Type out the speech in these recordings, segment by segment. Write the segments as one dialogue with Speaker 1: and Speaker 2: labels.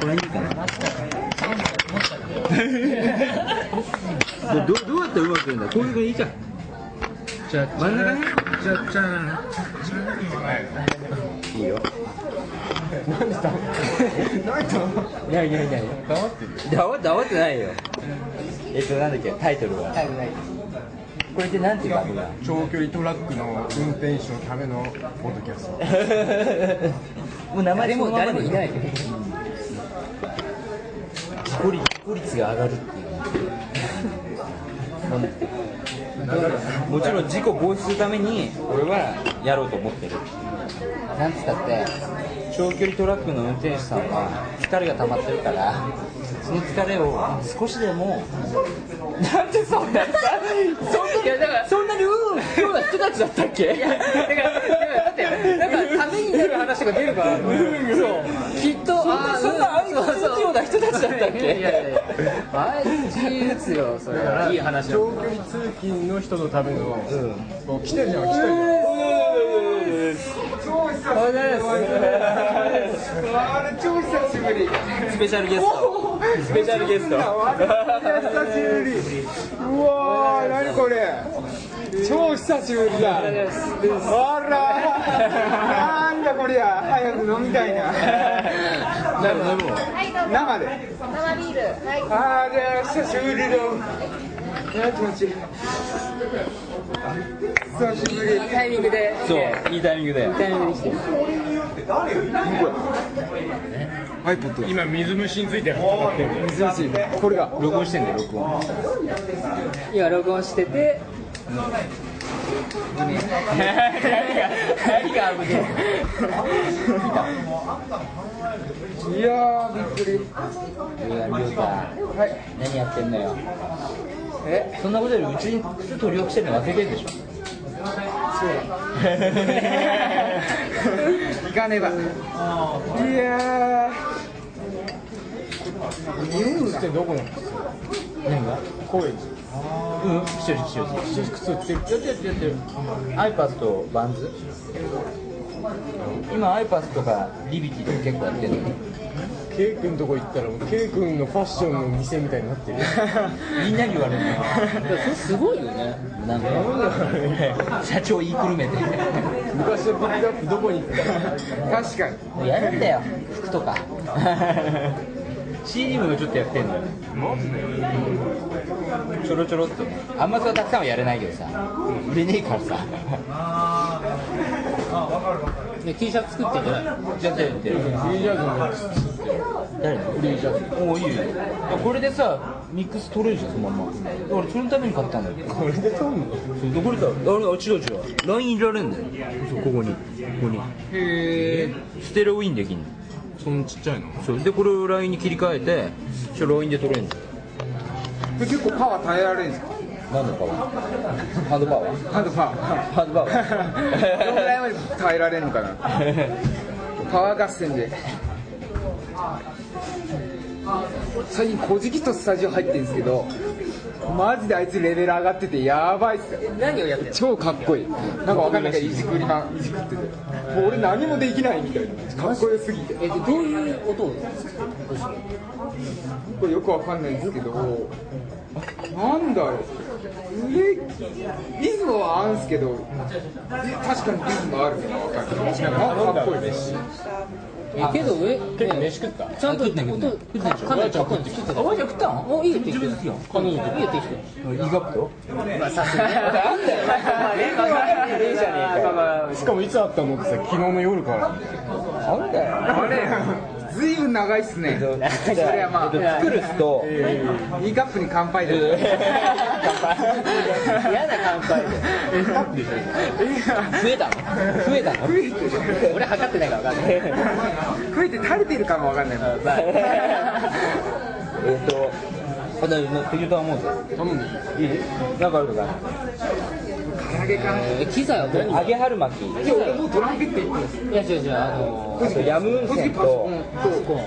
Speaker 1: これいいかなどどうやったらうまくいうんだこういうのいいじゃん
Speaker 2: じゃ
Speaker 1: 真ん中ね
Speaker 2: じゃじゃ
Speaker 1: いいよ
Speaker 3: いやいやいやいや
Speaker 1: 黙って黙ってないよえっとなんだっけタイトルは
Speaker 3: タイムないです
Speaker 1: これってなんていう番組だ
Speaker 4: 長距離トラックの運転手のためのポッドキャスト
Speaker 1: もう名前
Speaker 3: 誰
Speaker 1: その
Speaker 3: も
Speaker 1: ま
Speaker 3: 誰
Speaker 1: まで
Speaker 3: もい
Speaker 1: い
Speaker 3: な
Speaker 1: ないい
Speaker 3: けど
Speaker 1: 自己率自己率が上がるっていうもちろん事故防止するために俺はやろうと思ってる
Speaker 3: なんつったって
Speaker 1: 長距離トラックの運転手さんは疲れが溜まってるからその疲れを少しでもなんでそんなさそん
Speaker 3: いやだから
Speaker 1: なそんなにうんうんような人たちだったっけ
Speaker 3: だからだからだってなんかためになる話が出るからそうきっと
Speaker 1: そんな
Speaker 3: あー
Speaker 1: そんな愛
Speaker 3: う
Speaker 1: が
Speaker 3: そうそ
Speaker 1: 強
Speaker 3: う
Speaker 1: いような人たちだったっけ
Speaker 3: いやいやいや愛打つよそれはいい話だ
Speaker 4: 長距離通勤の人のための、もう来てるじゃん来てるじゃんあれ超久しぶり
Speaker 1: スペシャルゲストスペシャルゲスト
Speaker 4: 久しぶりうわー何これ超久しぶりだあらなんだこりゃ早く飲みたいな
Speaker 5: はい、どうぞ。
Speaker 4: 生で
Speaker 5: 生ビール。はい。
Speaker 4: あー久しぶりだあー気持ちいい久しぶり
Speaker 3: タイミングで
Speaker 1: そういいタイミングで
Speaker 3: タイミングにして
Speaker 2: 今水虫について
Speaker 4: 珍しいこれが
Speaker 1: 録音してんだよ録音
Speaker 3: 今録音してて
Speaker 1: 何が危ね
Speaker 4: いやーびっくり
Speaker 1: え亮太何やってんだよ
Speaker 4: え
Speaker 1: そんなことよりうちに靴取り置きしてるの忘れてるでしょ
Speaker 4: 行かねばいやー日本ってどこなんですか
Speaker 1: 何が
Speaker 4: 高円
Speaker 1: うん吉祥寺吉祥寺
Speaker 4: 寺靴売ってる
Speaker 1: やってるやってるやってる iPad とバンズ今 iPad とかリビティとか結構やってるのよ
Speaker 4: K 君のとこ行ったらもう K 君のファッションの店みたいになってる
Speaker 1: みんなに言われる
Speaker 3: いやそれすごいよね
Speaker 1: のなんか 社長言いくるめて
Speaker 4: 昔のピックアップどこに行った 確かに
Speaker 1: もうやるんだよ服とか CD もちょっとやってんのよちょろちょろっとねあんまそれたくさんはやれないけどさ売れねえからさ
Speaker 3: ね T シャツ作ってんじゃない
Speaker 1: やってるやってる
Speaker 4: フリージャズの
Speaker 1: 誰の
Speaker 4: フリージャズ
Speaker 1: おおいいよいやこれでさミックス取れるじゃんそのまんま俺そのために買ったんだよ
Speaker 4: これで撮んの
Speaker 1: そうどこで買うあれあ違う違う LINE いられんだよそうここにここに
Speaker 3: へえ
Speaker 1: ステレオインできんの
Speaker 2: そんなちっちゃいの
Speaker 1: そうでこれを LINE に切り替えてそれ LINE で取れるんだよ
Speaker 4: これ結構パワー耐えられるんですか
Speaker 1: 何のパワーハードパワー
Speaker 4: ハードパワ
Speaker 1: ハードパワ
Speaker 4: ーどのぐらい
Speaker 1: ー
Speaker 4: まで耐えられるのかなパワー合戦で最近小じきとスタジオ入ってるんですけどマジであいつレベル上がっててやばいっすよ
Speaker 3: 何をやってんの
Speaker 4: 超かっこいいなんかわかんないけどいじくりまいじくっててもう俺何もできないみたいなかっこよすぎて
Speaker 3: えでどういう音を
Speaker 4: これよくわかんないんですけどなんだろう上リズムはあんすけど確かにリズムあるのがわかるなんかかっこいいです
Speaker 3: えけど上結構飯食ったちゃんと音かかなりかっこいいの作ってたおばあちゃん食ったもういいよ適当いい
Speaker 1: イ
Speaker 3: よ適
Speaker 1: ガップよ
Speaker 3: 当まあさすがなんだよ
Speaker 4: しかもいつあったのってさ昨日の夜から
Speaker 1: なんだよ
Speaker 4: あれずいぶん長いっすねそれはまあ
Speaker 1: 作るスと
Speaker 4: いいカップに乾杯だよ
Speaker 3: 嫌な乾杯で増えたの増えたの
Speaker 4: 増えてる
Speaker 3: 俺測ってないから分かんない
Speaker 4: 増えて垂れてるかもわかんないもん
Speaker 1: えっとあだから適当は思うぜ
Speaker 4: 頼んでいい
Speaker 1: いいなんかあるとか
Speaker 4: 唐揚げかな
Speaker 3: え機材はど
Speaker 1: 揚げ春巻き
Speaker 4: いや俺もうドラムって言ってるんですよ
Speaker 3: いや違う違うあの
Speaker 1: あとヤムウンセンと
Speaker 3: パソコン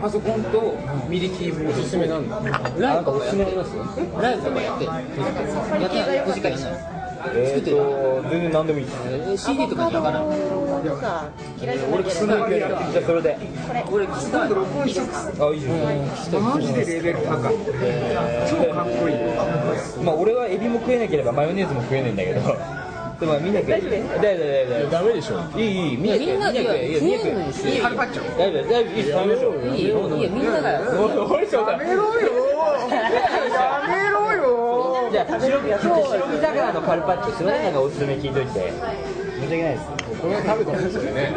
Speaker 4: パソコンとミリキーボードおすすめなんだ
Speaker 3: ライブとかやってますライブとかやってやってない5時間以上
Speaker 1: えーと全然何でもいいです
Speaker 3: え CD とかに上がらない
Speaker 6: さ嫌いじゃないけど
Speaker 1: じゃあそれで
Speaker 3: 俺聞きたいな
Speaker 1: あいいですね
Speaker 7: マジでレベル高い超かっこいい
Speaker 1: まあ俺はエビも食えなければマヨネーズも食えないんだけどでもみんな食え大丈夫大丈夫
Speaker 2: ダメでしょ
Speaker 1: いいいいみんな食え
Speaker 3: みんなで
Speaker 1: みんな食えいいよみんな食
Speaker 3: 食えんの
Speaker 1: え
Speaker 3: にし
Speaker 7: カルパッチョ
Speaker 1: 大丈夫大丈夫いいです食べましょう
Speaker 3: いいよいいよみんなが
Speaker 1: 俺そうだ
Speaker 7: やめろよやめろよ
Speaker 1: じゃあ白身今日白身魚のカルパッチョスライナーがおすすめ聞いといて申し訳ないです
Speaker 2: これ食べたんですよね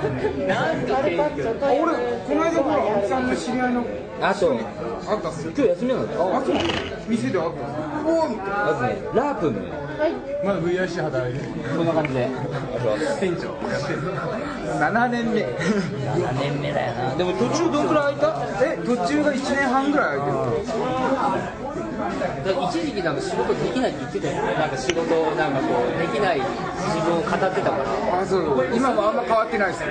Speaker 6: カルパッチョと
Speaker 7: 俺この間ほら青木さんの知り合いの
Speaker 1: あと
Speaker 7: あったっすよ
Speaker 1: 今日休みなのだ
Speaker 7: あそう店であったっすおおみたいな
Speaker 1: まずねラープム
Speaker 2: まだ VIC 働いてる
Speaker 1: こんな感じで
Speaker 2: 店長
Speaker 7: 7年目
Speaker 1: 7年目だよなでも途中どんくらい空いた
Speaker 7: え途中が1年半ぐらい空いてる
Speaker 3: だから一時期なんか仕事できないって言ってたよねなんか仕事をなんかこうできない自分を語ってたから
Speaker 7: あそう今もあんま変わってないっす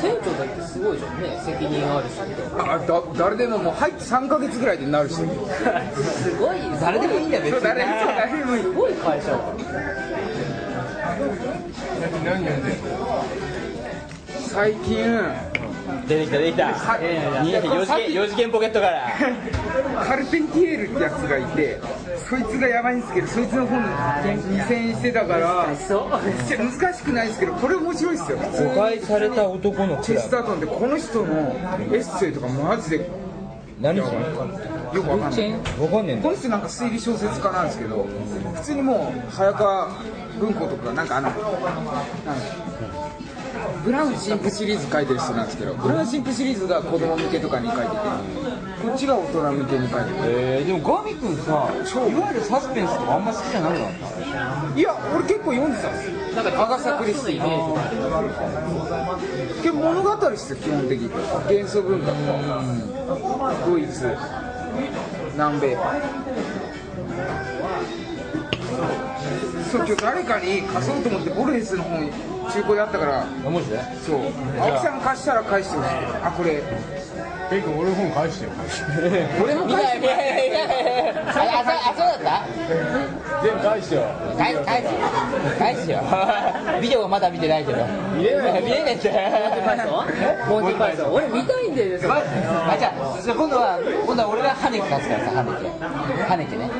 Speaker 3: 店長だってすごいじゃんね責任あるし
Speaker 7: あだ誰でももう入って3ヶ月ぐらいでなるし
Speaker 3: すごい
Speaker 1: 誰でもいいんだよ別
Speaker 7: そう
Speaker 1: に
Speaker 7: 誰そう誰でもいい
Speaker 3: すごい会社だ
Speaker 2: 何やんで
Speaker 7: 最近
Speaker 1: 出てきた出てきた4次元四次元ポケットから
Speaker 7: カルペンティエールってやつがいてそいつがやばいんですけどそいつの本2000円してたからめっちゃ難しくないですけどこれ面白いっすよ普通
Speaker 1: 誤
Speaker 7: に
Speaker 1: 解された男のク
Speaker 7: チェ
Speaker 1: ラ
Speaker 7: ス
Speaker 1: ブ
Speaker 7: タートンでこの人のエッセイとかマジでよ
Speaker 1: 何それ
Speaker 7: くわかんない
Speaker 1: わかんねえんだ
Speaker 7: この人なんか推理小説家なんですけど普通にもう早川文庫とかなんかあのなんかブラウン神父シリーズ書いてる人なんですけどブラウン神父シリーズが子供向けとかに書いててこっちが大人向けに書いてて
Speaker 8: えー、でもガミ君さいわゆるサスペンスとかあんま好きじゃなくなった
Speaker 7: いや俺結構読んでたんですよ
Speaker 3: なんか
Speaker 7: アガサクリスティ
Speaker 3: イメージがある
Speaker 7: けど物語っすよ基本的に元素文化とかドイツ南米そう今日誰かに貸そうと思ってボルヘスの本中古であったから
Speaker 1: あマジで
Speaker 7: そう青木さん貸したら返してほしいあこれ
Speaker 2: ペイ君俺の本返してよ
Speaker 7: 俺も返してもらって
Speaker 3: ああそうだっ
Speaker 2: 全部返してよ
Speaker 3: た返す返すよ
Speaker 1: ビデオはまだ見てないけど
Speaker 2: 見れない
Speaker 1: 見れねえって
Speaker 3: 返すよモンティパイソン俺見たいんだよね
Speaker 1: あじゃあじゃあ今度は今度は俺がハネケ出すからさハネケハネケね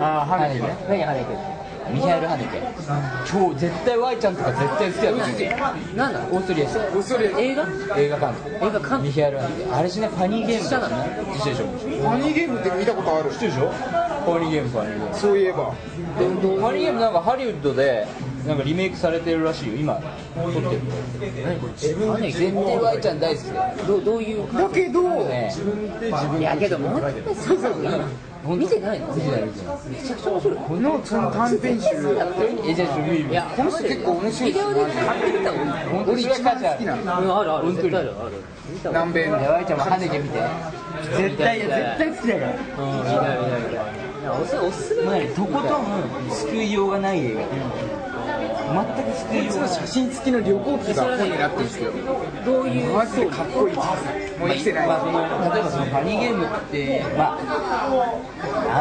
Speaker 2: あ
Speaker 1: ハネケね何ハネケミハエルハネケ今日絶対ワイちゃんとか絶対好きだったんだよ
Speaker 3: なんだ
Speaker 1: オーストリア
Speaker 7: オーストリア
Speaker 3: 映画
Speaker 1: 映画館
Speaker 3: 映画監
Speaker 1: ミ
Speaker 3: 督
Speaker 1: ヒアルハネケあれしねファニーゲームだよね自転車も
Speaker 7: マニーゲームって見たことある
Speaker 1: でしょファニーゲームファニーゲーム
Speaker 7: そういえば
Speaker 1: でファニーゲームなんかハリウッドでなんかリメイクされてるらしいよ今撮ってる
Speaker 3: あね
Speaker 1: 絶対ワイちゃん大好きだよ
Speaker 3: どうどういう
Speaker 7: だけど
Speaker 1: ね
Speaker 3: いやけどモンティパイソン見てないのめちゃくちゃ面白い
Speaker 7: このその短編集
Speaker 1: えじゃあちょっと見る
Speaker 3: いや
Speaker 7: この人結構面白い
Speaker 3: ビデオで買ってみた方がいい
Speaker 1: 本当
Speaker 7: 俺
Speaker 1: に
Speaker 7: 一番好きなの
Speaker 3: うんあるある絶対あるある見た方がいい
Speaker 7: 南米の
Speaker 1: やばいちゃんもハネケ見て絶対絶対好きだから
Speaker 3: 見ない見ない見ないいやおすおすすめ
Speaker 1: まあねとことん救いようがない映画全く救いようがない
Speaker 7: 写真付きの旅行記が本になってるんですけど
Speaker 3: どういう
Speaker 7: マジでかっこいいもう生きてない
Speaker 1: まあ、その例えばそのファニーゲームってまあ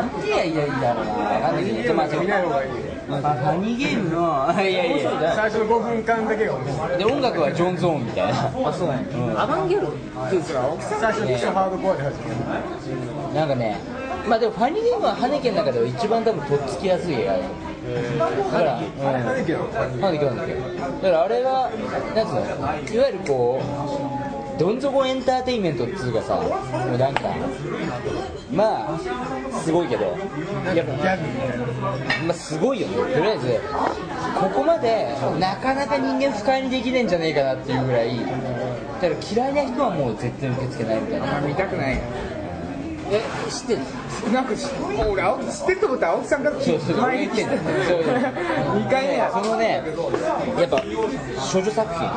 Speaker 1: なんて言えばいいんだろうなわかんないけどまあそのま
Speaker 2: がいい
Speaker 1: あファニーゲームの いやいや
Speaker 2: 最初の5分間だけが面白い
Speaker 1: で音楽はジョン・ゾーンみたいな
Speaker 3: あそうなんやアバンギャルド
Speaker 2: 最初に超ハードコアで始める
Speaker 1: なんかねまあでもファニーゲームはハネケの中では一番多分とっつきやすい映画だよだから、うん、ハネケなんだけどだからあれがなんつうのいわゆるこうどん底エンターテインメントっつうかさもうなんかまあすごいけどやっぱ
Speaker 2: ギャグみたいな
Speaker 1: まあ、すごいよね、とりあえず、ここまでなかなか人間不快にできないんじゃないかなっていうぐらい、だから嫌いな人はもう絶対受け付けないみたいな、
Speaker 7: あ見たくない
Speaker 3: え知ってんの
Speaker 7: なんかしもう俺青木知ってるってことは青木さんから
Speaker 1: そうそう
Speaker 7: 前に来て
Speaker 1: そうそう
Speaker 7: 2回目
Speaker 1: そ
Speaker 7: や
Speaker 1: のね、やっぱ少女作品、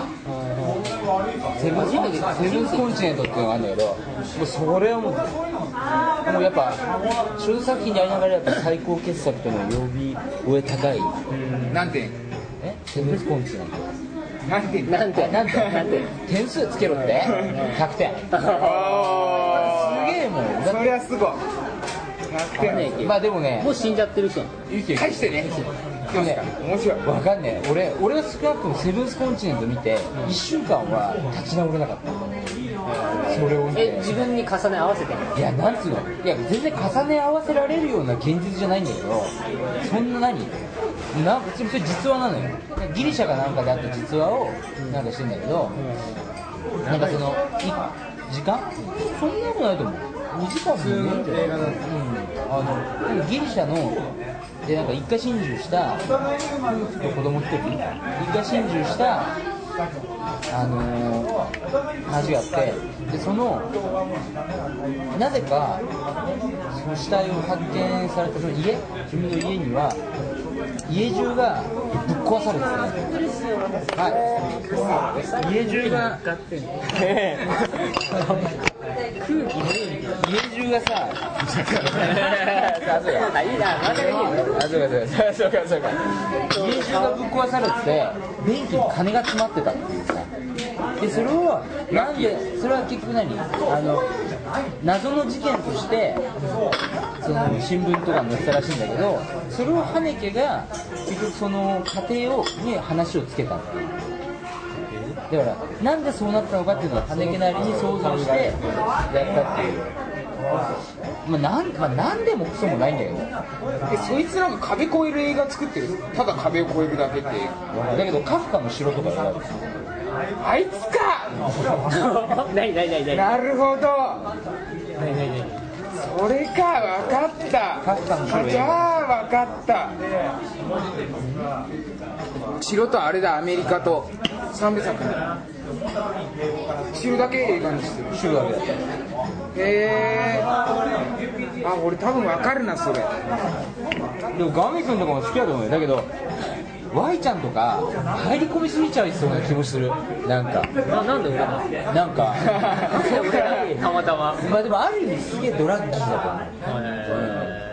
Speaker 1: セブンコンチセブンスコンチネントっていうのがあるんだけど、もうそれはもう、もうやっぱ少女作品でありながら、やっぱ最高傑作との呼び声高い、
Speaker 7: 何点
Speaker 1: えセブンスコンチネント。
Speaker 7: 何点
Speaker 3: なんてなんてなんて
Speaker 1: 点数つけろって100点すげえもんだっ
Speaker 7: そりゃすごい100点
Speaker 1: てまあでも
Speaker 3: も
Speaker 1: ね
Speaker 3: う死んじゃってる人なの
Speaker 7: 返してね
Speaker 1: でもね
Speaker 2: 面白い
Speaker 1: わかんねえ俺俺は少なくともセブンスコンチネント見て1週間は立ち直れなかったそれを見
Speaker 3: え
Speaker 1: て
Speaker 3: 自分に重ね合わせてみる
Speaker 1: いやなんつうのいや全然重ね合わせられるような現実じゃないんだけどそんな何な別にそれ実話なのよギリシャかなんかであった実話をなんかしてんだけど、なんかそのい時間そんなことないと思う2時間もねえんじゃない
Speaker 2: 映画なんだ
Speaker 1: うん、あのなんかギリシャのでなんか一家心中した夫婦と子供一人一家心中したあのー話があってでそのなぜかその死体を発見されたその家自分の家には家中がぶっ壊されてて、はい、家中が
Speaker 3: 使ってんの
Speaker 1: 家中がさ
Speaker 3: あそうだあいいなまだいいよ
Speaker 1: あそうかそうかそうかそうか家中がぶっ壊されてて電気に金が詰まってたっていうさでそれをなんでそれは結局何あの謎の事件としてその新聞とかに載ってたらしいんだけどそれを羽根家が結局その家庭をに話をつけたっていうだからなんでそうなったのかっていうのは羽根家なりに想像してやったっていう。まあ、なんまあなんでもクソもないんだけど
Speaker 7: えそいつなんか壁越える映画作ってるただ壁を越えるだけっていう
Speaker 1: だけどカフカの城とかがある
Speaker 7: あいつか
Speaker 3: ないないないない
Speaker 7: なるほど
Speaker 3: ないないない
Speaker 7: それかわかった
Speaker 1: カフカの
Speaker 7: あ
Speaker 1: 城
Speaker 7: じゃあわかった白とあれだアメリカと三部作だ白だけ映画にしてる
Speaker 1: 城だけだった
Speaker 7: へえあ俺多分わかるなそれ
Speaker 1: でもガミ君とかも好きだと思うよだけど Y ちゃんとか入り込みすぎちゃいそうな気もするなんか
Speaker 3: ななんで俺が
Speaker 1: なん か
Speaker 3: 俺がたまたま
Speaker 1: まあでもある意味すげえドラッキーだ
Speaker 3: えー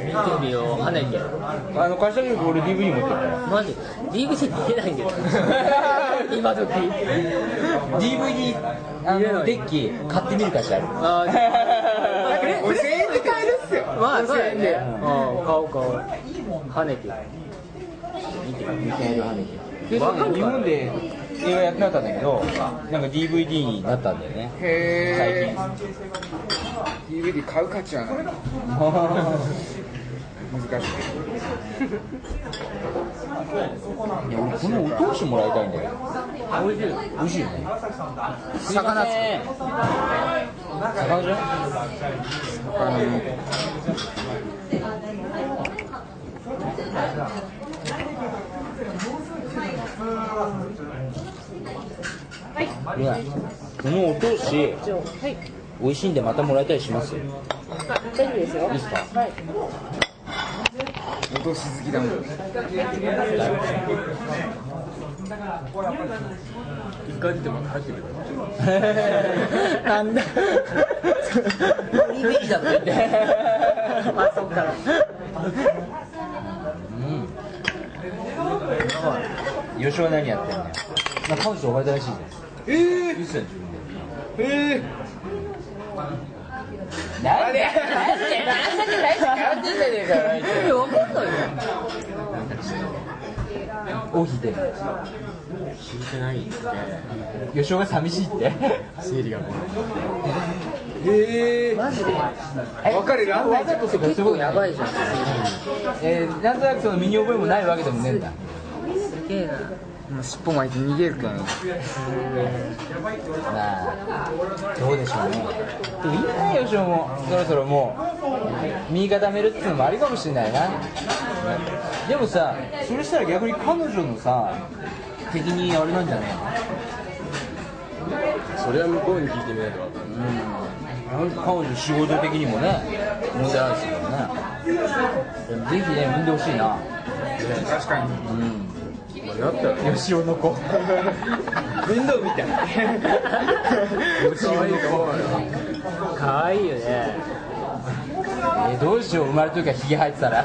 Speaker 3: 見てみよう花毛
Speaker 1: と思うあの柏木君俺 DV 持ってる
Speaker 3: マジ DVD 見えないんだ よ今時
Speaker 1: DVD あのデッキ買ってみるか しら
Speaker 3: ああ
Speaker 7: 5000円で買えるっ すよ
Speaker 3: まあそうだよねうん買おう買おう羽根て
Speaker 1: でその日本で映画やってなかったんだけどなんか DVD になったんだよね
Speaker 7: へえ DVD 買う価値はない 難しい
Speaker 1: いや俺このお通しもらいたいんだよ
Speaker 3: おいしい
Speaker 1: 美味しいよね
Speaker 7: 魚作る
Speaker 1: 魚じゃんねこのお通し
Speaker 6: じゃあはい
Speaker 1: 美味しいんでまたもらえたりします
Speaker 6: 大丈夫ですよ
Speaker 1: いいっすか
Speaker 6: はい
Speaker 7: お通し好きだもん
Speaker 2: 一回出てまた入ってくる
Speaker 3: なんだ
Speaker 1: いいだって言って
Speaker 3: あそっから
Speaker 1: 吉は何やってんのなんか彼女呼ばれたらしいじゃん
Speaker 7: えー、
Speaker 1: 言ってたよ自分で
Speaker 7: え
Speaker 1: なんでなんでなんでなんでなんでなんでなんでなんで
Speaker 3: 分かんないよ
Speaker 1: おひで
Speaker 2: 聞いてないって
Speaker 1: 吉尾が寂しいって
Speaker 2: 生理が来ない
Speaker 7: ー、えー、
Speaker 3: マジで
Speaker 7: 別れらんない
Speaker 1: わざとすごい
Speaker 3: 結構やばいじゃん
Speaker 1: えー、なんとなくその身に覚えもないわけでもねえんだ
Speaker 3: すげえな
Speaker 7: もう尻尾巻いて逃げるからね
Speaker 1: まあどうでしょうねでもいいんじゃないよしおもそろそろもう身固めるっていうのもありかもしれないなでもさそれしたら逆に彼女のさ敵にあれなんじゃね
Speaker 2: それは向こうに聞いてみないとわかんない
Speaker 1: えのうん彼女仕事的にもね問題あるしねでもぜひね産んでほしいな
Speaker 7: 確かに
Speaker 1: うん
Speaker 2: まあなったらね
Speaker 1: 吉尾 の子
Speaker 7: 面倒みたい
Speaker 2: 可愛い子
Speaker 3: 可愛いよね
Speaker 1: えーどうしよう生まれた時はひげ生えてたら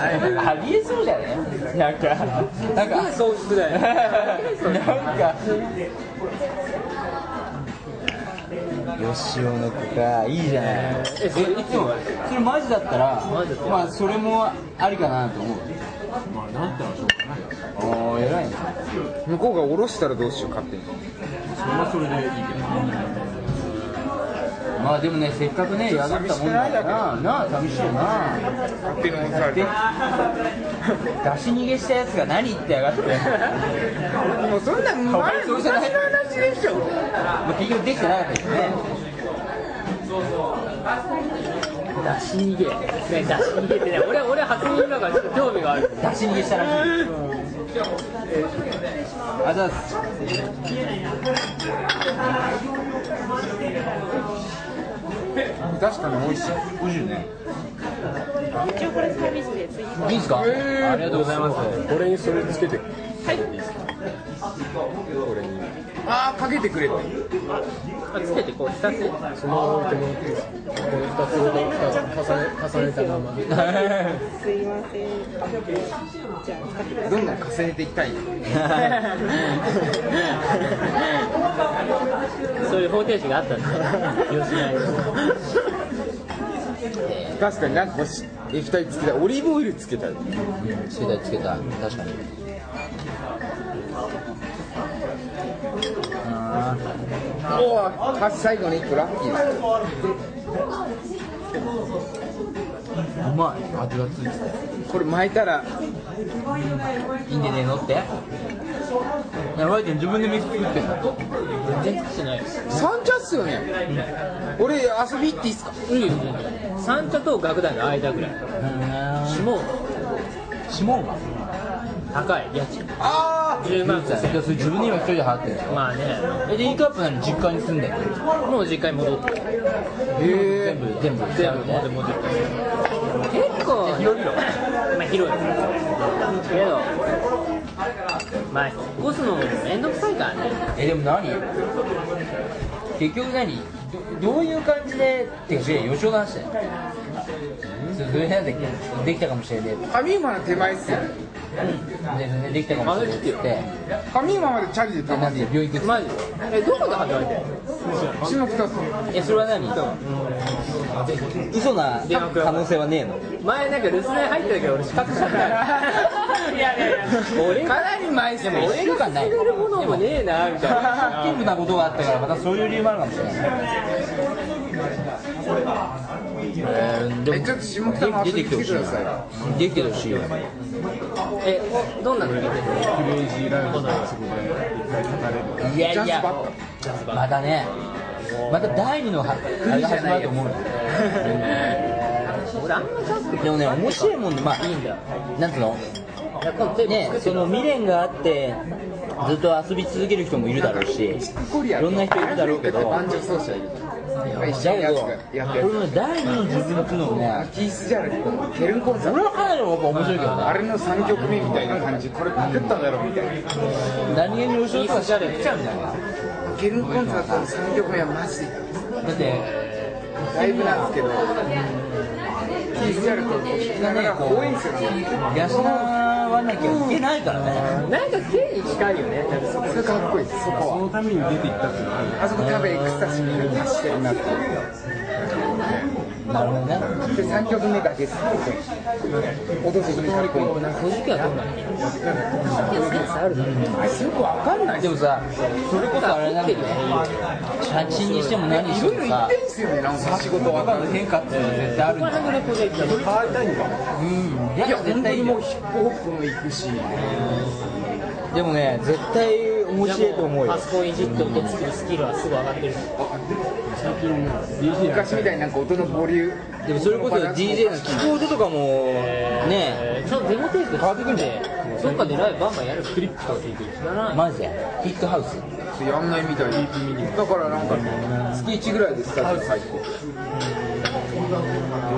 Speaker 1: ありえそうじゃねなんかなんか
Speaker 3: そう聞くだよ
Speaker 1: なんか吉尾の子かいいじゃない
Speaker 3: えそれいつも
Speaker 1: それマジだったら
Speaker 3: マジだったら
Speaker 1: まあそれもありかなと思う
Speaker 2: まあなったらしょうがないよ
Speaker 1: おお偉いね
Speaker 7: 向こうが下ろしたらどうしよう勝手に
Speaker 2: それはそれでいいけど
Speaker 1: まあでもねせっかくねやったもんだからななあ寂しいよな
Speaker 7: 勝手に押されて
Speaker 1: 出し逃げしたやつが何言ってやがって
Speaker 7: もうそんなん前昔の話でしょ
Speaker 1: まあ結局できてなかったけどね
Speaker 3: 出し逃げね出し逃げってね俺俺初耳だからちょっと興味がある
Speaker 1: 出し逃げしたらしいあざっす
Speaker 7: 確かに美味しい
Speaker 6: 一応これサービスで次
Speaker 1: いいですか
Speaker 2: ありがとうござ いますこれにそれつけて
Speaker 7: ああかけてくれて
Speaker 3: あつけてこう浸す
Speaker 2: そのまま置いてもらっていいですかこの2つごと重ね重ねたまます
Speaker 6: いませんじゃあ使ってください
Speaker 7: どんどん重ねていきたい
Speaker 3: そういう方程式があったんですよ吉野家に
Speaker 7: 確かになんかこうし液体つけたいオリーブオイルつけたい
Speaker 1: つけたつけた確かに
Speaker 7: おお最後の一個ラッキーだ
Speaker 1: うまい味がついて
Speaker 7: これ巻いたら
Speaker 1: いいんでねえのってやばいじゃん自分で飯作ってんの
Speaker 3: 全然作ってないです
Speaker 7: 三茶っすよね俺遊び行っていいっすか
Speaker 3: いいよ全然三茶と楽団の間ぐらい下
Speaker 1: 指紋が
Speaker 3: 高い家賃
Speaker 7: あ
Speaker 3: 10万ぐらい
Speaker 1: それ自分で今一人で払ってるの
Speaker 3: まあね
Speaker 1: えでイカップなのに実家に住んでんの
Speaker 3: もう実家に戻って
Speaker 7: へ
Speaker 1: 全
Speaker 7: え
Speaker 1: 部全部
Speaker 3: 全部戻って戻って結構広いよまあ広いけどまあ引っ越すのも面倒くさいからね
Speaker 1: えでも何結局何どどういう感じでってかそれ吉尾の話だよそれどういう話だっけできたかもしれね
Speaker 7: 上馬の手前っすよね
Speaker 1: えででできたかもしれねえって言って
Speaker 7: 上馬までチャリでた
Speaker 1: でな
Speaker 7: ま
Speaker 1: ん
Speaker 7: に
Speaker 1: で病院行く
Speaker 3: マジえどこで働いてるの
Speaker 7: 下北沢
Speaker 1: えそれは何嘘な
Speaker 3: 電話くらい
Speaker 1: 可能性はねえの
Speaker 3: 前なんか留守電入ってたけど俺資格者だよいやいやいや俺
Speaker 7: かなり前っすよ
Speaker 1: 俺が間ない
Speaker 3: 入れるものもねえなみたいな
Speaker 1: ハッキングなことがあったからまたそういう理由もあるかもしれない
Speaker 7: えちょっと下北沢遊びに来てください
Speaker 1: できてるしよ
Speaker 3: えどんなの聞いてる
Speaker 2: クレイジーライブがすごい
Speaker 1: いや
Speaker 7: ジャ
Speaker 1: い
Speaker 7: ズば
Speaker 1: や
Speaker 7: っか
Speaker 1: またねまた第二のはあれが始まると思うよ
Speaker 3: 俺あんまジャズ
Speaker 1: でもね面白いもんねまあいいんだなんつうのねその未練があってずっと遊び続ける人もいるだろうし
Speaker 7: コリア
Speaker 1: いろんな人いるだろうけど
Speaker 7: 男女奏者いる
Speaker 1: だけど
Speaker 7: 一緒にやってやって
Speaker 1: これね第二の自分っていうのもね
Speaker 7: キース・ジャレットケルンコンサー
Speaker 1: 俺はかなりやっぱ面白いけど
Speaker 7: ト
Speaker 1: ね
Speaker 7: あれの3曲目みたいな感じこれパクったんだろうみたいな
Speaker 1: 何気に後ろとかしちゃうみたいな
Speaker 7: ケルンコンサートの3曲目はマジで
Speaker 1: だって
Speaker 7: ライブなんですけどキース・ジャレットを聴きながら応援するんですよ
Speaker 1: 養わなきゃいけないからね
Speaker 3: なんか性に近いよねなんか
Speaker 7: それかっこいいですそこは
Speaker 2: そのために出ていったっていうのはある
Speaker 7: あそこ多分エクスタシーに達してるなって
Speaker 1: なるほどね
Speaker 7: で3曲目だけですおとずにかっこいい
Speaker 3: 小時期はどんなの聞いてる
Speaker 7: よくわかんない
Speaker 1: でもさそれこそあれなんだよね写真にしても何してもさ
Speaker 7: いいっすよねなんか仕
Speaker 1: 分
Speaker 7: 事
Speaker 1: かる変化っていうのは絶対あるんだようんいや
Speaker 7: いや本
Speaker 1: 絶
Speaker 7: 当
Speaker 1: 対い
Speaker 7: に
Speaker 1: い
Speaker 7: もう
Speaker 1: よ
Speaker 7: ヒップホップも行くし
Speaker 1: でもね絶対面白いと思うよ
Speaker 3: パソコンいじって音作るスキルはすぐ上がってる
Speaker 7: 昔みたいになんか音のボリューム
Speaker 1: でもそれこそ DJ の聞く音とかもね
Speaker 3: えちゃんとデモテープ変わってくんでどっかでライブバンバンやるクリップとか聞いてるなら
Speaker 1: マジでヒットハウス
Speaker 7: やんないみたいだからなんか月1ぐらいでスタジオ入って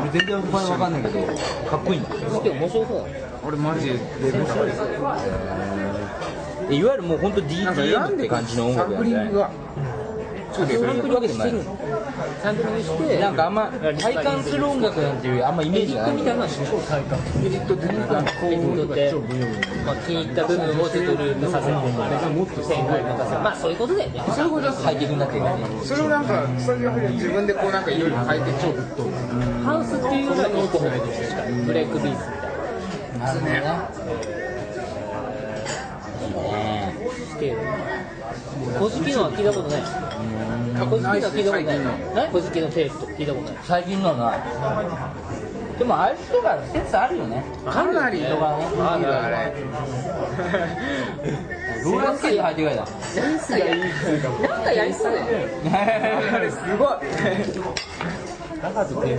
Speaker 1: 俺全然他に分かんないけどかっこいいんだよ
Speaker 3: 聞いて面白そうだね
Speaker 7: 俺マジでレベル高いです
Speaker 1: いわゆるもう本当
Speaker 7: なんか選
Speaker 1: DTM
Speaker 7: ん
Speaker 1: っ
Speaker 7: で
Speaker 1: て
Speaker 7: く
Speaker 1: 感じの音
Speaker 7: サ
Speaker 1: 楽
Speaker 7: ン
Speaker 1: だ
Speaker 7: プリ
Speaker 1: よ
Speaker 7: ン
Speaker 1: ね
Speaker 7: グが
Speaker 1: そうですそういうわけでもない
Speaker 3: サンプリングして
Speaker 1: なんかあんま体感する音楽なんていうあんまイメージがない
Speaker 3: みたいなのはしないエジプトって、まあ、気に入った部分をずっとループさせてもっと線を持たせるまあそういうことだよね
Speaker 1: それこそハイテクになってるからね
Speaker 2: それをなんかスタジオ入って自分でこうなんかいろいろ変えて超ぶっ飛ぶ
Speaker 3: ハウスっていうよりは一個方向ですからブレイクビーツみたいな
Speaker 1: なるほどねいいね
Speaker 3: して古事記のは聞いたことない古事記のは聞いたことない古事記のテープとか聞いたことない
Speaker 1: 最近のはないでもああいう人が説あるよね
Speaker 2: かなりのい
Speaker 1: あ
Speaker 2: いよあれ
Speaker 1: ローラースケート履いてくれた
Speaker 3: なんかやりそうだよね
Speaker 1: だか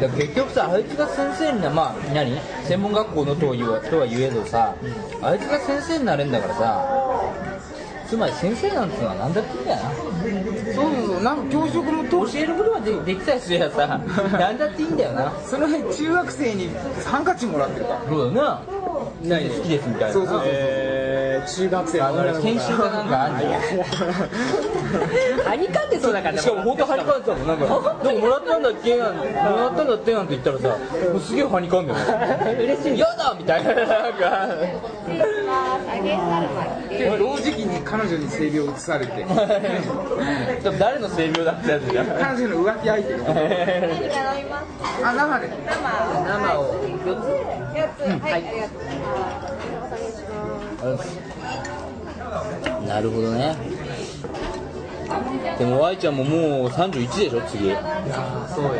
Speaker 1: ら結局さ あいつが先生になまあ何専門学校のとは言うとは言えどさあいつが先生になれんだからさつまり先生なんてのは何だっていいんだよな
Speaker 2: そうそうそうなんか教職の
Speaker 1: 教えることがでできたりすれば さ何だっていいんだよな
Speaker 2: その辺中学生にハンカチもらってるから
Speaker 1: そうだな何好きですみたいな
Speaker 2: そうそうそう
Speaker 7: えー、中学生の
Speaker 1: あ
Speaker 7: 女の
Speaker 1: の
Speaker 7: 子
Speaker 1: 研修かなんかあんじゃん
Speaker 3: はにかんでそうだからね
Speaker 1: しかも本当はにかんでたもんなんか「でももらったんだっけ?」なんて「もらったんだって?」なんて言ったらさもうすげえはにかんでる嬉しい「やだ!」みたいななんか
Speaker 6: 揚げ春巻きで
Speaker 2: で同時期に彼女に性病を移されて
Speaker 1: でも誰の性病だったやつじゃん
Speaker 2: 彼女の浮気相手が
Speaker 6: 何が飲みますか
Speaker 2: あ生で
Speaker 6: 生
Speaker 3: 生を
Speaker 6: 4つはい、ありがとうございます
Speaker 1: なるほどねでも Y ちゃんももう31でしょ次いやそうよ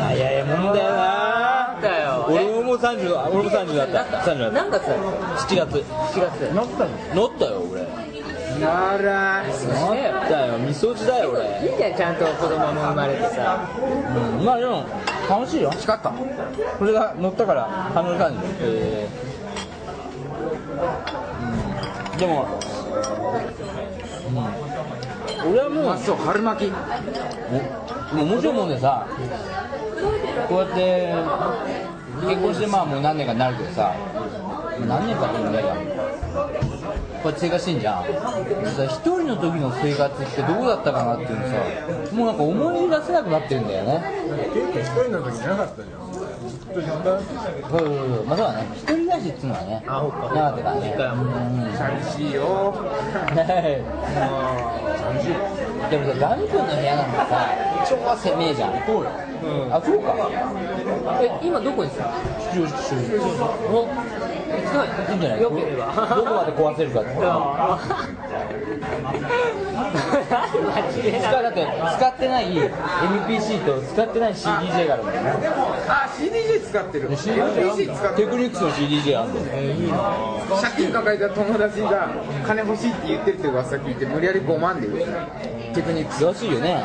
Speaker 1: 早いもんだよな
Speaker 3: だよ
Speaker 1: 俺ももう30だ俺も30だった30だっ
Speaker 3: 何月だろう
Speaker 1: た7月7月乗ったの乗ったよ俺
Speaker 2: なら
Speaker 1: 乗ったよみそじだよ
Speaker 3: い
Speaker 1: 俺、
Speaker 3: いじゃんちゃんと子供も生まれてさ
Speaker 1: うん、まあでも楽しいよ
Speaker 2: 光った
Speaker 1: これが乗ったから反応感じえーうん、でも、うん、俺はもう
Speaker 2: あそう春巻き
Speaker 1: もう面白いもんでさこうやって結婚してまあもう何年かになるけどさ何年かって言うんだよこうやって生活してんじゃんさ一人の時の生活ってどうだったかなっていうのさもうなんか思い出せなくなってるんだよね一人の時なかったじゃんまあそうだね一人だしっつうのはね
Speaker 3: あほっ
Speaker 1: な
Speaker 3: か
Speaker 1: かったからね
Speaker 2: 寂しいよ
Speaker 1: はいでもさ、ガミ君の部屋なんかさ、超狭いじゃん。そうよ。あ、そうか。
Speaker 3: え今どこにさ
Speaker 1: 出張中。
Speaker 3: おすごい
Speaker 1: いいんじゃない
Speaker 3: よければ
Speaker 1: どこまで壊せるかって。使うだって使ってない MPC と使ってない CDJ があるもんね。
Speaker 2: あ CDJ 使ってる CDJ 使って
Speaker 1: テ
Speaker 2: る
Speaker 1: クニックスの CDJ あるんだよ。
Speaker 2: 借金抱えた友達が金欲しいって言ってるって噂聞いて無理やり5万で売るテクニックス
Speaker 1: らしいよね。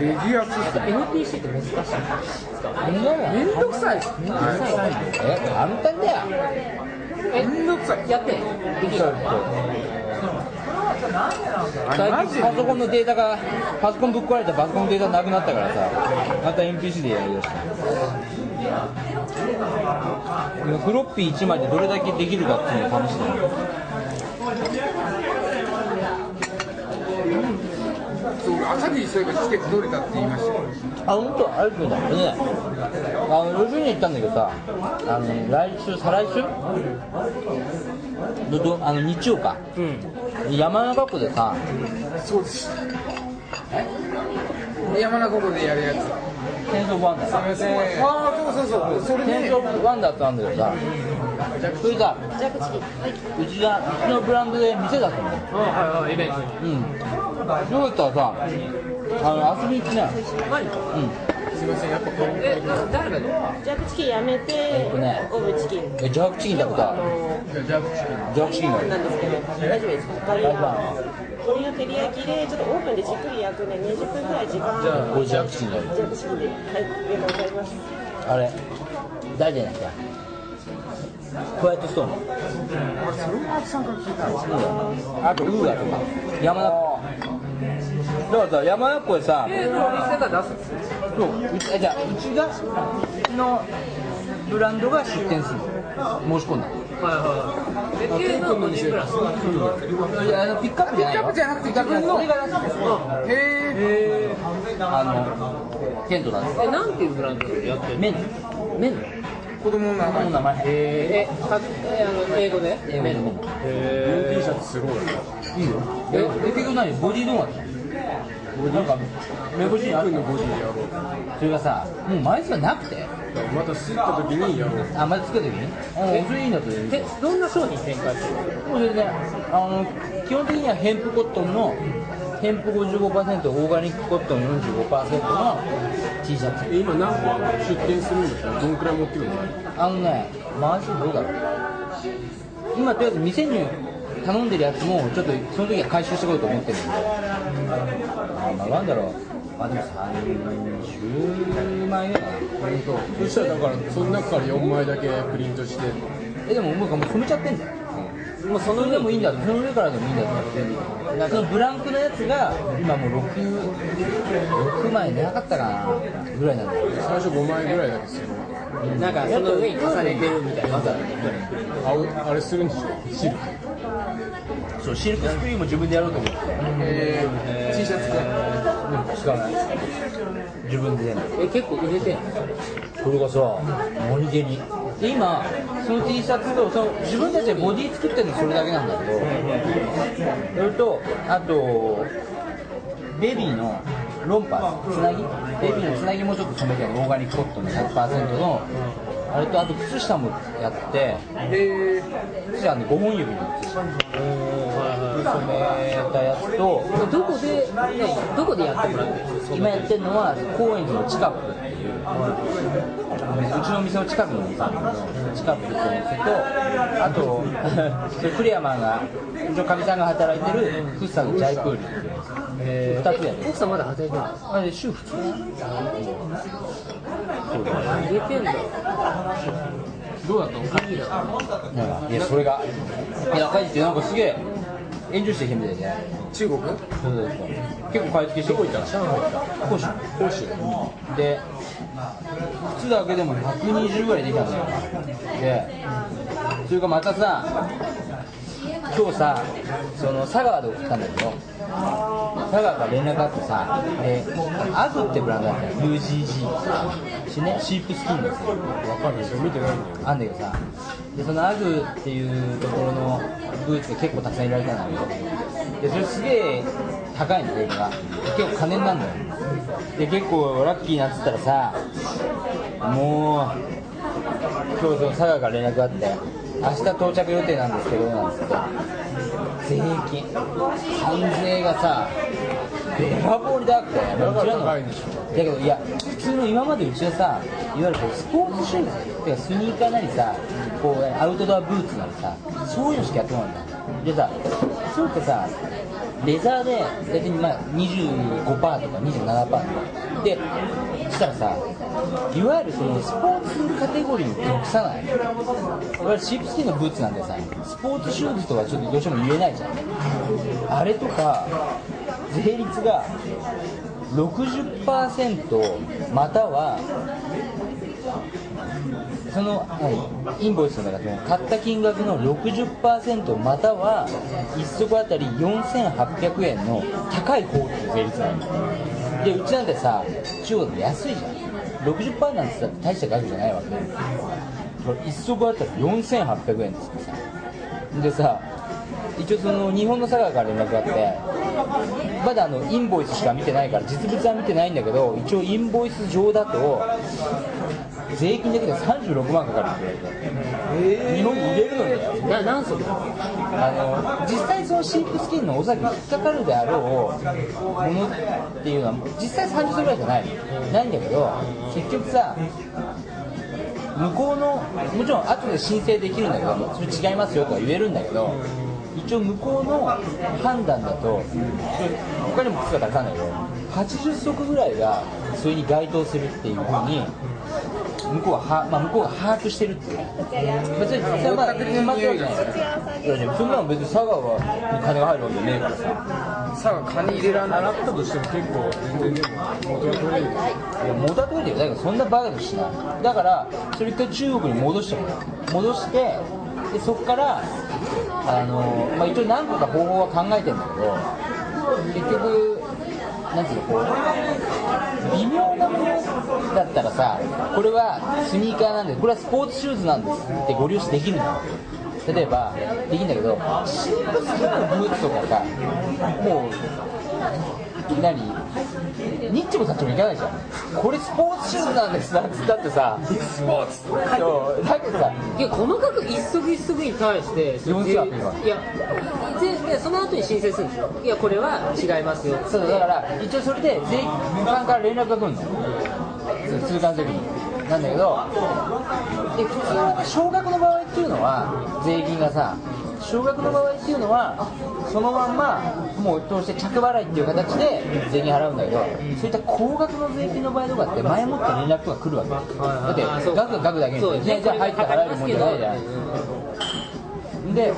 Speaker 2: レギュアシステム
Speaker 3: NPC って難しい
Speaker 1: なんだよ
Speaker 2: めんどくさい
Speaker 1: え、簡単だよ。
Speaker 2: めんどくさい
Speaker 3: やってできる
Speaker 1: 最近パソコンのデータが、パソコンぶっ壊れたパソコンのデータなくなったからさ、また MPC でやりだした。今フロッピー1枚でどれだけできるかっていうのを試してる。
Speaker 2: そう朝日そういえばチケット取れたって言いましたよ
Speaker 1: あ、本当、あるんだよね。あの、ロジに行ったんだけどさ、あの、来週、再来週。ど、ど、あの、日曜か。山中湖でさ、
Speaker 2: そうです山中湖でやるやつ
Speaker 1: テンソーワンダー。
Speaker 2: ああそうそうそうそれ
Speaker 1: テン
Speaker 2: ね
Speaker 1: ソーワンダーってあるんだけどさ。それさ、うちが、うちのブランドで店出すんだよ。
Speaker 3: はいはいイベントに
Speaker 1: うん。どうやったらさ、あの、遊びに来なよ。
Speaker 3: えな誰なの
Speaker 6: ジャックチキンやめて、
Speaker 1: とね
Speaker 6: オーブチキン
Speaker 1: え、ジャークチキン食べた
Speaker 6: あ。の
Speaker 1: ジャークチキンだよ。
Speaker 6: なんですけど大丈夫ですかガリア鶏の照り焼きでちょっとオーブンでじっくり焼くんで20分ぐらい時間
Speaker 1: これジャークチキンだよ。
Speaker 6: ジャックチキンではいありがとうございます
Speaker 1: あれ、誰じゃないか。ホワイトストーン。あとウーアとか山中湖だからさ山中湖でさ
Speaker 3: えお店が出すんですよ
Speaker 1: そううちあじゃあうちがうちのブランドが出店するの申し込んだの
Speaker 3: はいはい。で、の個人ブラス。
Speaker 1: いやあのピックアップじゃない
Speaker 2: キャップ
Speaker 1: よ
Speaker 2: じゃなくて逆の
Speaker 1: これがなんですよ
Speaker 2: へえ
Speaker 1: あのテントなんですよ
Speaker 3: え、なんていうブランドでやってる
Speaker 1: 麺
Speaker 3: の麺
Speaker 2: 子供の名
Speaker 1: この
Speaker 2: 前
Speaker 1: 名前
Speaker 3: えー、え、かえあの英語で
Speaker 1: 英語で麺
Speaker 3: え
Speaker 4: T シャツすごい
Speaker 1: いいよえ結局何ボディどうなったのボディなんか目星にある
Speaker 4: 君のボディでやろう
Speaker 1: それがさもう枚数がなくて
Speaker 4: また吸った時にやろう
Speaker 1: あまだ作る時にあそれいいんだと思う
Speaker 3: え、どんな商品展開してる
Speaker 1: もう全然あの基本的にはヘンプコットンのヘンプ55%オーガニックコットン45%の T シャツ
Speaker 4: え今何個出店するんだったらどんくらい持ってくるんだ
Speaker 1: あのね枚数どうだろう今とりあえず店に頼んでるやつもちょっとその時は回収してこようと思ってるんであまあなんだろうまあでも30枚目かな
Speaker 4: そしたらだからその中から4枚だけプリントして
Speaker 1: えでも僕はもう染めちゃってんじゃん
Speaker 3: もうそ
Speaker 1: そ
Speaker 3: の
Speaker 1: の
Speaker 3: 上
Speaker 1: 上
Speaker 3: も
Speaker 1: も
Speaker 3: い
Speaker 1: い
Speaker 3: い
Speaker 1: い
Speaker 3: ん
Speaker 1: ん
Speaker 3: だ
Speaker 1: だとその上からでもいいんだとなんかそのブランクのやつが今もう 6, 6枚出なかったかなぐらいなんだよ
Speaker 4: 最初5枚ぐらいだけする
Speaker 3: なんかその上に重ねてるみたいな。
Speaker 4: あおあれするんでしょシルク
Speaker 1: そうシルクスクリーンも自分でやろうと思って
Speaker 2: へえ T シャツか
Speaker 1: うん使わない自分で全部
Speaker 3: え、結構売れてんの
Speaker 1: それがさ何気にで今その T シャツとその自分たちでボディ作ってるのそれだけなんだけどそれとあとベビーの論破つなぎベビーのつなぎもちょっと染めてるオーガニックコットンの100%のあれとあと靴下もやって
Speaker 2: へ
Speaker 1: 靴下ね5本指の靴下染めたやつと
Speaker 3: どこで、ね、どこでやってもらってるの
Speaker 1: 今やってるのは高円寺の近くっていう、うちの店の近くの店なんだけど近くっていうお店とあとそれクリアマンがうちのかみさんが働いてるフッサのジャイクールっていう
Speaker 3: え
Speaker 1: 二つやね
Speaker 3: 奥さんまだ働いてるの
Speaker 1: あれ週普通
Speaker 3: 売れてんだ
Speaker 4: どうだったおかしいだ
Speaker 1: なんかいやそれがいや赤字ってなんかすげえ炎上してきてみたいで
Speaker 2: 中国
Speaker 1: そうそうそう結構買い付けしてどこ行った上海行った杭州杭州で靴だけでも120ぐらいできたんだよでそれかまたさ今日さその佐川で送ったんだけど佐川から連絡あってさでアグってブランドだったよ UGG ってさしねシープスキンですよ
Speaker 4: わかるでしょ見てないんだよ
Speaker 1: あんだけどさでそのアグっていうところのブーツが結構たくさんいられたんだけどでそれすげえ高いの定価が結構金になるのよで結構ラッキーなっつったらさもう今日その佐賀から連絡があって明日到着予定なんですけどなんつって税金関税がさべらぼうに高くてだ
Speaker 4: だから高いんでしょ
Speaker 1: だけどいや普通の今までうちはさいわゆるこうスポーツシューズっていうかスニーカーなりさこうアウトドアブーツなりさそういうのしかやってこないんだでさそうってさレザーで大体まあ25%とか27%とかでそしたらさいわゆるそのスポーツカテゴリーに属さないいわゆるシープスキンのブーツなんでさスポーツシューズとはちょっとどうしても言えないじゃんあれとか税率が60%またはその、はいインボイスの中でも買った金額の60%または1足当たり4800円の高い方っていう税率なのでうちなんてさ中国で安いじゃん60%なんてさ大した額じゃないわけ1足当たり4800円ですってさでさ一応その日本の佐賀から連絡があってまだあのインボイスしか見てないから実物は見てないんだけど一応インボイス上だと税金だけで36万かかるって言われて日本に入れるのにだよ
Speaker 3: な、何足な
Speaker 1: あの実際そのシープスキンのおそらく引っかかるであろうものっていうのは実際30歳ぐらいじゃないないんだけど結局さ向こうのもちろん後で申請できるんだけどそれ違いますよとは言えるんだけど一応向こうの判断だと他にも靴がたくさんあるんだけど80足ぐらいがそれに該当するっていうふうに向こうはは、まあ、向こうが把握してるっていう別に実際まだ決まってるわけじゃないいやでもそんなの別に佐賀は金が入るわけねえからさ
Speaker 2: さあ金入れらんない
Speaker 4: 洗ったとしても結構全然でも元が取れるよ
Speaker 1: いや元は取れてるよだからそんなバカなことしないだからそれ一回中国に戻してもらう戻してでそこからあの、まあ、一応何個か方法は考えてるんだけど結局なんていうのこう微妙なものだったらさこれはスニーカーなんでこれはスポーツシューズなんですってご了承できるの例えばできるんだけどシンプルスキーのブーツとかさもう何ニッチもさっちもいかないじゃんこれスポーツシューズなんですなんつったってさスポーツそうだけどさ
Speaker 3: いや細かく一足一足に対して
Speaker 1: 四足アピールはい
Speaker 3: やででその後に申請するんですよいやこれは違いますよ
Speaker 1: そうだから一応それで税関から連絡が来るのそう通関の時になんだけどで普通はね少額の場合っていうのは税金がさ少額の場合っていうのはそのまんまもう通して着払いっていう形で税金払うんだけどそういった高額の税金の場合とかって前もって連絡が来るわけだって
Speaker 3: あそう
Speaker 1: 額は額だけ
Speaker 3: そう
Speaker 1: にねじゃあ入って払えるもんじゃないじゃんで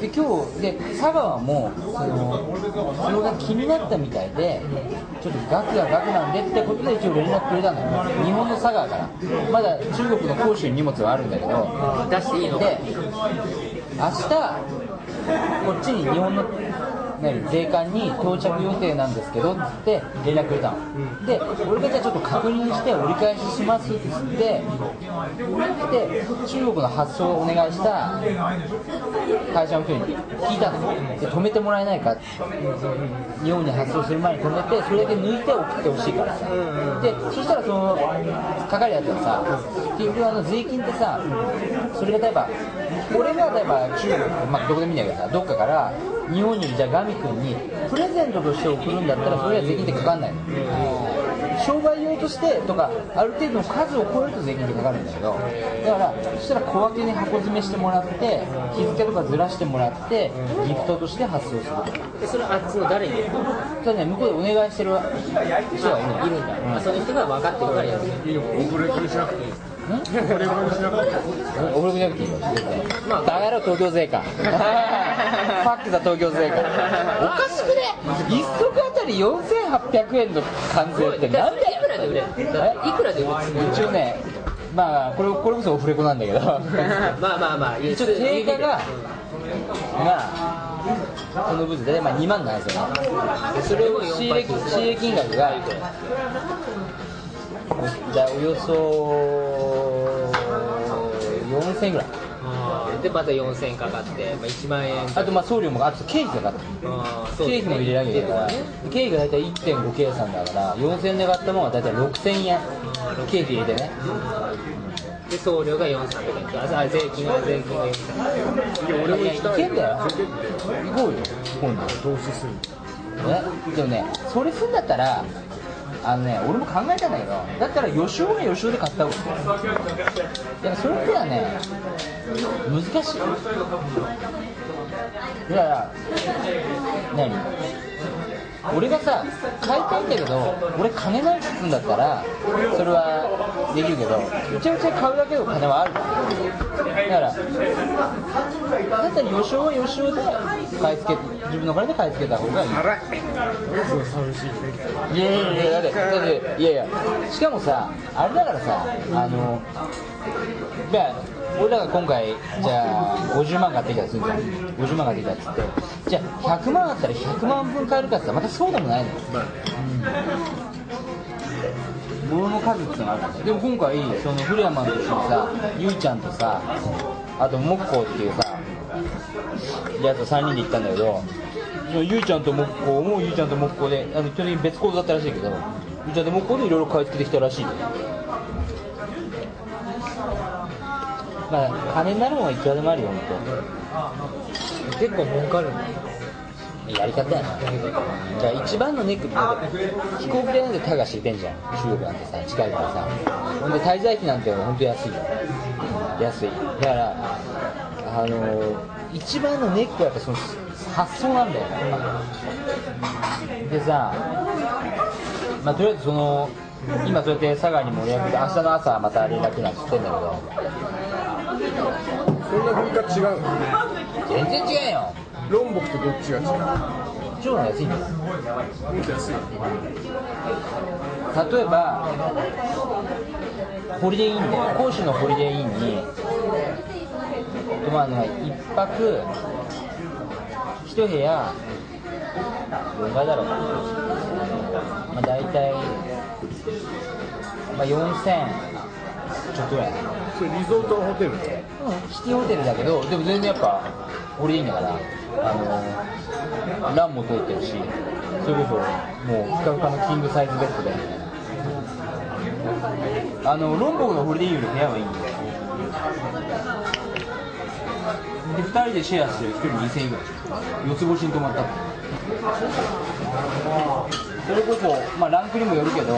Speaker 1: で今日で佐川もそのそれが気になったみたいでちょっと額が額なんでってことで一応連絡くれたんだよ日本の佐川からまだ中国の杭州に荷物はあるんだけど
Speaker 3: 出していいのか
Speaker 1: で明日こっちに日本の何税関に到着予定なんですけどっつって連絡くれたの、で俺がじゃあちょっと確認して折り返ししますっつってで中国の発送をお願いした会社の人に聞いたので止めてもらえないかって日本に発送する前に止めてそれだけ抜いて送ってほしいからさ、でそしたらその係やつはさ結局あの税金ってさそれが例えば俺が例えば中国、まあ、どこでもいいんだけどさどっかから日本にじゃあガミ君にプレゼントとして送るんだったらそれは税金ってかかんないの商売用としてとかある程度の数を超えると税金ってかかるんだけどだからそしたら小分けに箱詰めしてもらって日付とかずらしてもらってギフトとして発送する
Speaker 3: でそれあっちの誰に
Speaker 1: それね向こうでお願いしてる人が
Speaker 3: あいるんだ、あその人が分かってるからやる
Speaker 4: いいのかオブレコにしなくていいオブレコにしなくていい
Speaker 1: いる俺もやる気いいわまあだから東京税 関ファックだ東京税関おかしくね一足あたり4800円の関税ってなんで
Speaker 3: いくらで売れるいくらで売れる
Speaker 1: 一応ねまあこれこれこそオフレコなんだけど
Speaker 3: まあまあまあ
Speaker 1: 一応定価が まあそのブーツで、まあ、2万なんですよねそれを仕入れ仕入れ金額がじゃあおよそ4000円ぐらい
Speaker 3: でまた4000円かかって、まあ、1万円
Speaker 1: あとまあ送料もあと経費がかかって
Speaker 3: あーそう
Speaker 1: 経
Speaker 3: です
Speaker 1: 費
Speaker 3: ね
Speaker 1: も入れなきゃいけないから経費が大体1.5計算だから4000円で買ったものは大体6000円経費入れてね
Speaker 3: で送料が4300円とああ税金が税金が4300円
Speaker 1: 俺も行きたいけんだよ行こうよ今度
Speaker 4: 投資する
Speaker 1: ね、でもね、それすんだったら、あのね、俺も考えたんだけど、だったら予習は予習で買った方がいい。いや、それってのはね、難しい。だから、何俺がさ、買いたいんだけど、俺金ないっつうんだったら、それはできるけど、うちゃうちゃ買うだけの金はあるから。だから、だったら予習は予習で買い付け自分の金で買い付けた方がいい
Speaker 2: あら
Speaker 1: いやいやいやだってだっていやいやしかもさあれだからさあのいや俺らが今回じゃあ50万買ってきたとするじゃん50万買ってきたっつってじゃあ100万あったら100万分買えるかっつったらまたそうでもないのよ、うん、物の数っていうのがあるからねでも今回その古山と一緒にさゆいちゃんとさあとモッコーっていうさやつと3人で行ったんだけどそのゆいちゃんと木工もゆいちゃんと木工であの基本的に別行動だったらしいけどゆいちゃんと木工でいろいろ買い付けてきたらしいよまあ金になるもんはいくらでもあるよ本
Speaker 3: 結構儲かるね
Speaker 1: 当やり方やなじゃあ一番のネックって飛行機代なんてタが知れてんじゃん中国なんてさ近いからさほんで滞在費なんて本当安いよ安いだからあのー一番のネックはやっぱその発想なんだよねでさ、まあ、とりあえずその今そうやって佐賀にも連絡で明日の朝また連絡なんて言ってんだ
Speaker 4: そんな文化違うの
Speaker 1: けど全然違うよ
Speaker 4: ロンボクとどっちが違う
Speaker 1: 中国の方が安いんだよ
Speaker 4: もっと安い
Speaker 1: 例えばホリデーインで杭州のホリデーインにとまあまあ一泊一部屋4回だろうなまあ大体、まあ、4000ちょっとぐらい
Speaker 4: それリゾートホテルで
Speaker 1: シティホテルだけどでも全然やっぱ俺いいんだからあのランも通ってるしそれこそもうふかふかのキングサイズベッドであのロンボンのホリデーユーの部屋はいいんだよで2人でシェアしてる1人2000円ぐらい四つ星に泊まったのそれこそ、まあ、ランクにもよるけど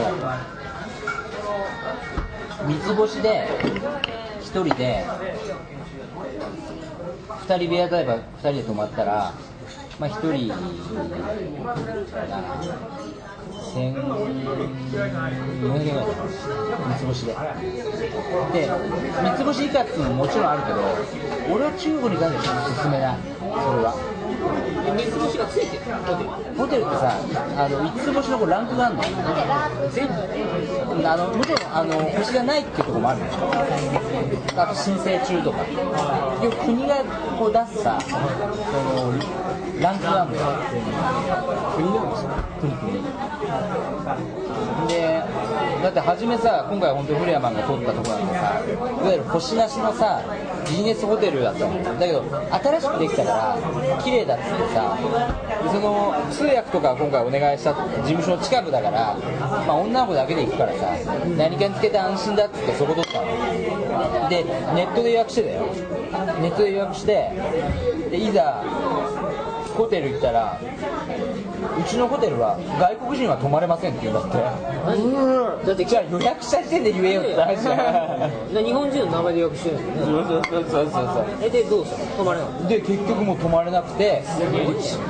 Speaker 1: 三つ星で一人で二人部屋例えば二人で泊まったらまあ一人が千400円ぐらい三つ星でで三つ星以下っていうのももちろんあるけど俺は中国に関しては勧めないそれは
Speaker 3: 三つ星がついてるホ
Speaker 1: ホテルってさあの5つ星のこうランクがあるの
Speaker 3: テル全部
Speaker 1: あのもちろんあの星がないっていうところもあるよあと申請中とかでも国がこう出すさそのランクがあるのよ国なんですよ国国でだって初めさ今回本当にフレアマンが取ったところなんでさいわゆる星なしのさビジネスホテルだったのだけど新しくできたから綺麗だっつってさでその通訳とか今回お願いした事務所の近くだから、まあ、女の子だけで行くからさ何かにつけて安心だっつってそこ取ったのでネットで予約してたよネットで予約してでいざホテル行ったらうちのホテルは外国人は泊まれませんって言 うんだって
Speaker 3: だって
Speaker 1: じゃあ予約した時点で言えよって話だよ
Speaker 3: 日本人の名前で予約してるんだよね
Speaker 1: そうそうそうそう
Speaker 3: えでどうしたの泊まれなの
Speaker 1: で結局もう泊まれなくて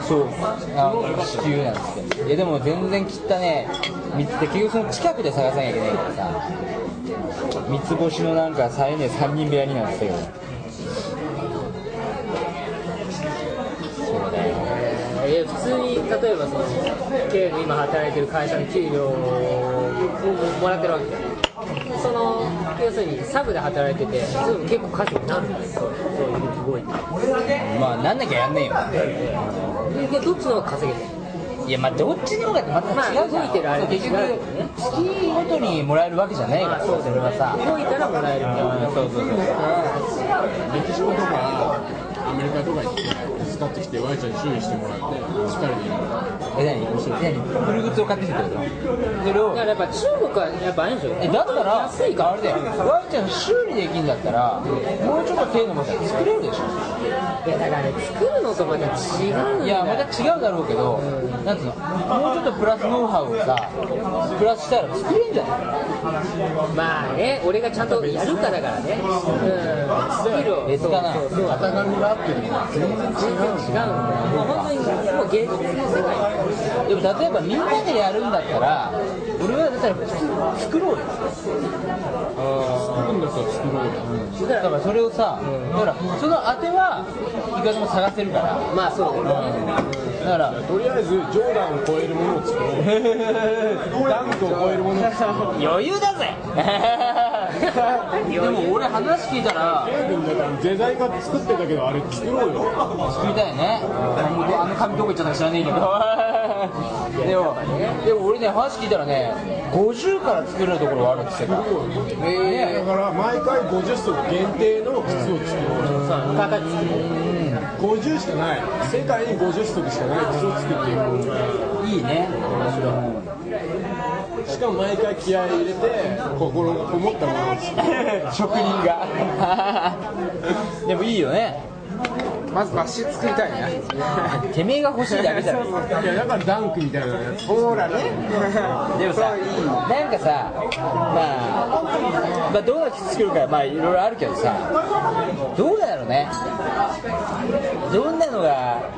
Speaker 1: そうあの支給なんですけどいやでも全然切ったね見つけ結局その近くで探さなきゃいけないからさ三つ星のなんか最年3人部屋になってたよそうだよ
Speaker 3: いや普通に例えばそのケイの今働いてる会社の給料をもらってるわけじゃないその要するにサブで働いててそういうの結構稼ぎになるんですよそういう動いて
Speaker 1: まあなんなきゃやんねえよ
Speaker 3: でどっちの方が稼げてる
Speaker 1: いやまあどっちにもがまた
Speaker 3: まあ
Speaker 1: 違うじゃん
Speaker 3: 動いてるあれ
Speaker 1: 結局
Speaker 3: 違うけどね
Speaker 1: 月ごとにもらえるわけじゃないからそれはさ
Speaker 3: 動いたらもらえるみたいな
Speaker 1: そうそうそう
Speaker 4: メキシコとかアメリカとか行って手伝ってきてワイちゃんに注意してもらって二人でいる
Speaker 1: え何何古靴を買ってきてくれたのそれを
Speaker 3: だからやっぱ中国はやっぱあれでしょ
Speaker 1: えだったら
Speaker 3: 安いから
Speaker 1: あれだよワンちゃん修理できんだったらもうちょっと手伸ばしたら作れるでしょ
Speaker 3: いやだからね作るのとまた違うんだよ
Speaker 1: いやまた違うだろうけどなんつうのもうちょっとプラスノウハウをさプラスしたら作れんじゃない
Speaker 3: まあね俺がちゃんとやるかだからねうんスキルを
Speaker 1: 別かな
Speaker 3: そうそうそう
Speaker 4: 型紙があってでも
Speaker 3: 全然違うんだよもう本当にもう芸術の世界
Speaker 1: でも例えばみんなでやるんだったら俺はだったら普通作ろうよ
Speaker 4: 作るんだったら作ろうよ
Speaker 1: だからそれをさだからその当てはいくらでも探せるから
Speaker 3: まあそうだよね
Speaker 1: だから
Speaker 4: とりあえずジョーダンを超えるものを作ろうダンクを超えるものを作ろう
Speaker 1: 余裕 だぜでも俺話聞いたら
Speaker 4: でもだからデザインが作ってたけどあれ作ろうよ
Speaker 1: 作りたいねあの紙どこ行っちゃったか知らねえけどでもでも俺ね話聞いたらね50から作れるところがあるって言ってた
Speaker 4: だから毎回50足限定の靴を作ろうよ
Speaker 3: そう形作る
Speaker 4: 50しかない世界に50足しかない靴を作っていく
Speaker 1: いい ね
Speaker 4: しかも毎回気合い入れて心がこもったものを作る
Speaker 1: 職人がでもいいよね
Speaker 2: まずバッシュ作りたいな
Speaker 1: てめえが欲しいだけだろ
Speaker 4: いやだからダンクみたいなやつ
Speaker 2: ほらね
Speaker 1: でもさなんかさまあ、まあ、どんな靴作るかまあいろいろあるけどさどうだろうねどんなのが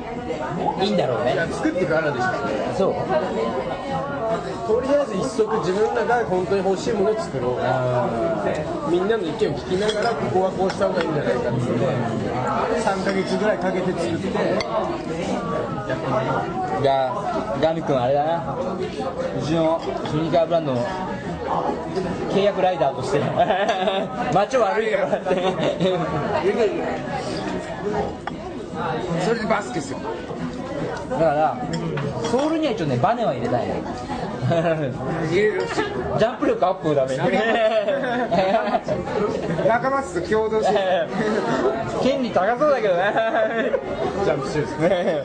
Speaker 1: いいんだろうね
Speaker 4: 作ってからでしょ
Speaker 1: そう
Speaker 4: とりあえず一足自分の中で本当に欲しいものを作ろうみんなの意見を聞きながらここはこうした方がいいんじゃないかっつって3ヶ月ぐらいかけて作って
Speaker 1: じゃあガミ君あれだなうちのスニーカーブランドの契約ライダーとして街を歩いてもらって
Speaker 2: それでバスケっすよ
Speaker 1: だからソールには一応ねバネは入れたいね
Speaker 2: 入れるし
Speaker 1: ジャンプ力アップの ために
Speaker 2: 仲間っすと共同して
Speaker 1: 権利高そうだけどねジャンプシューズね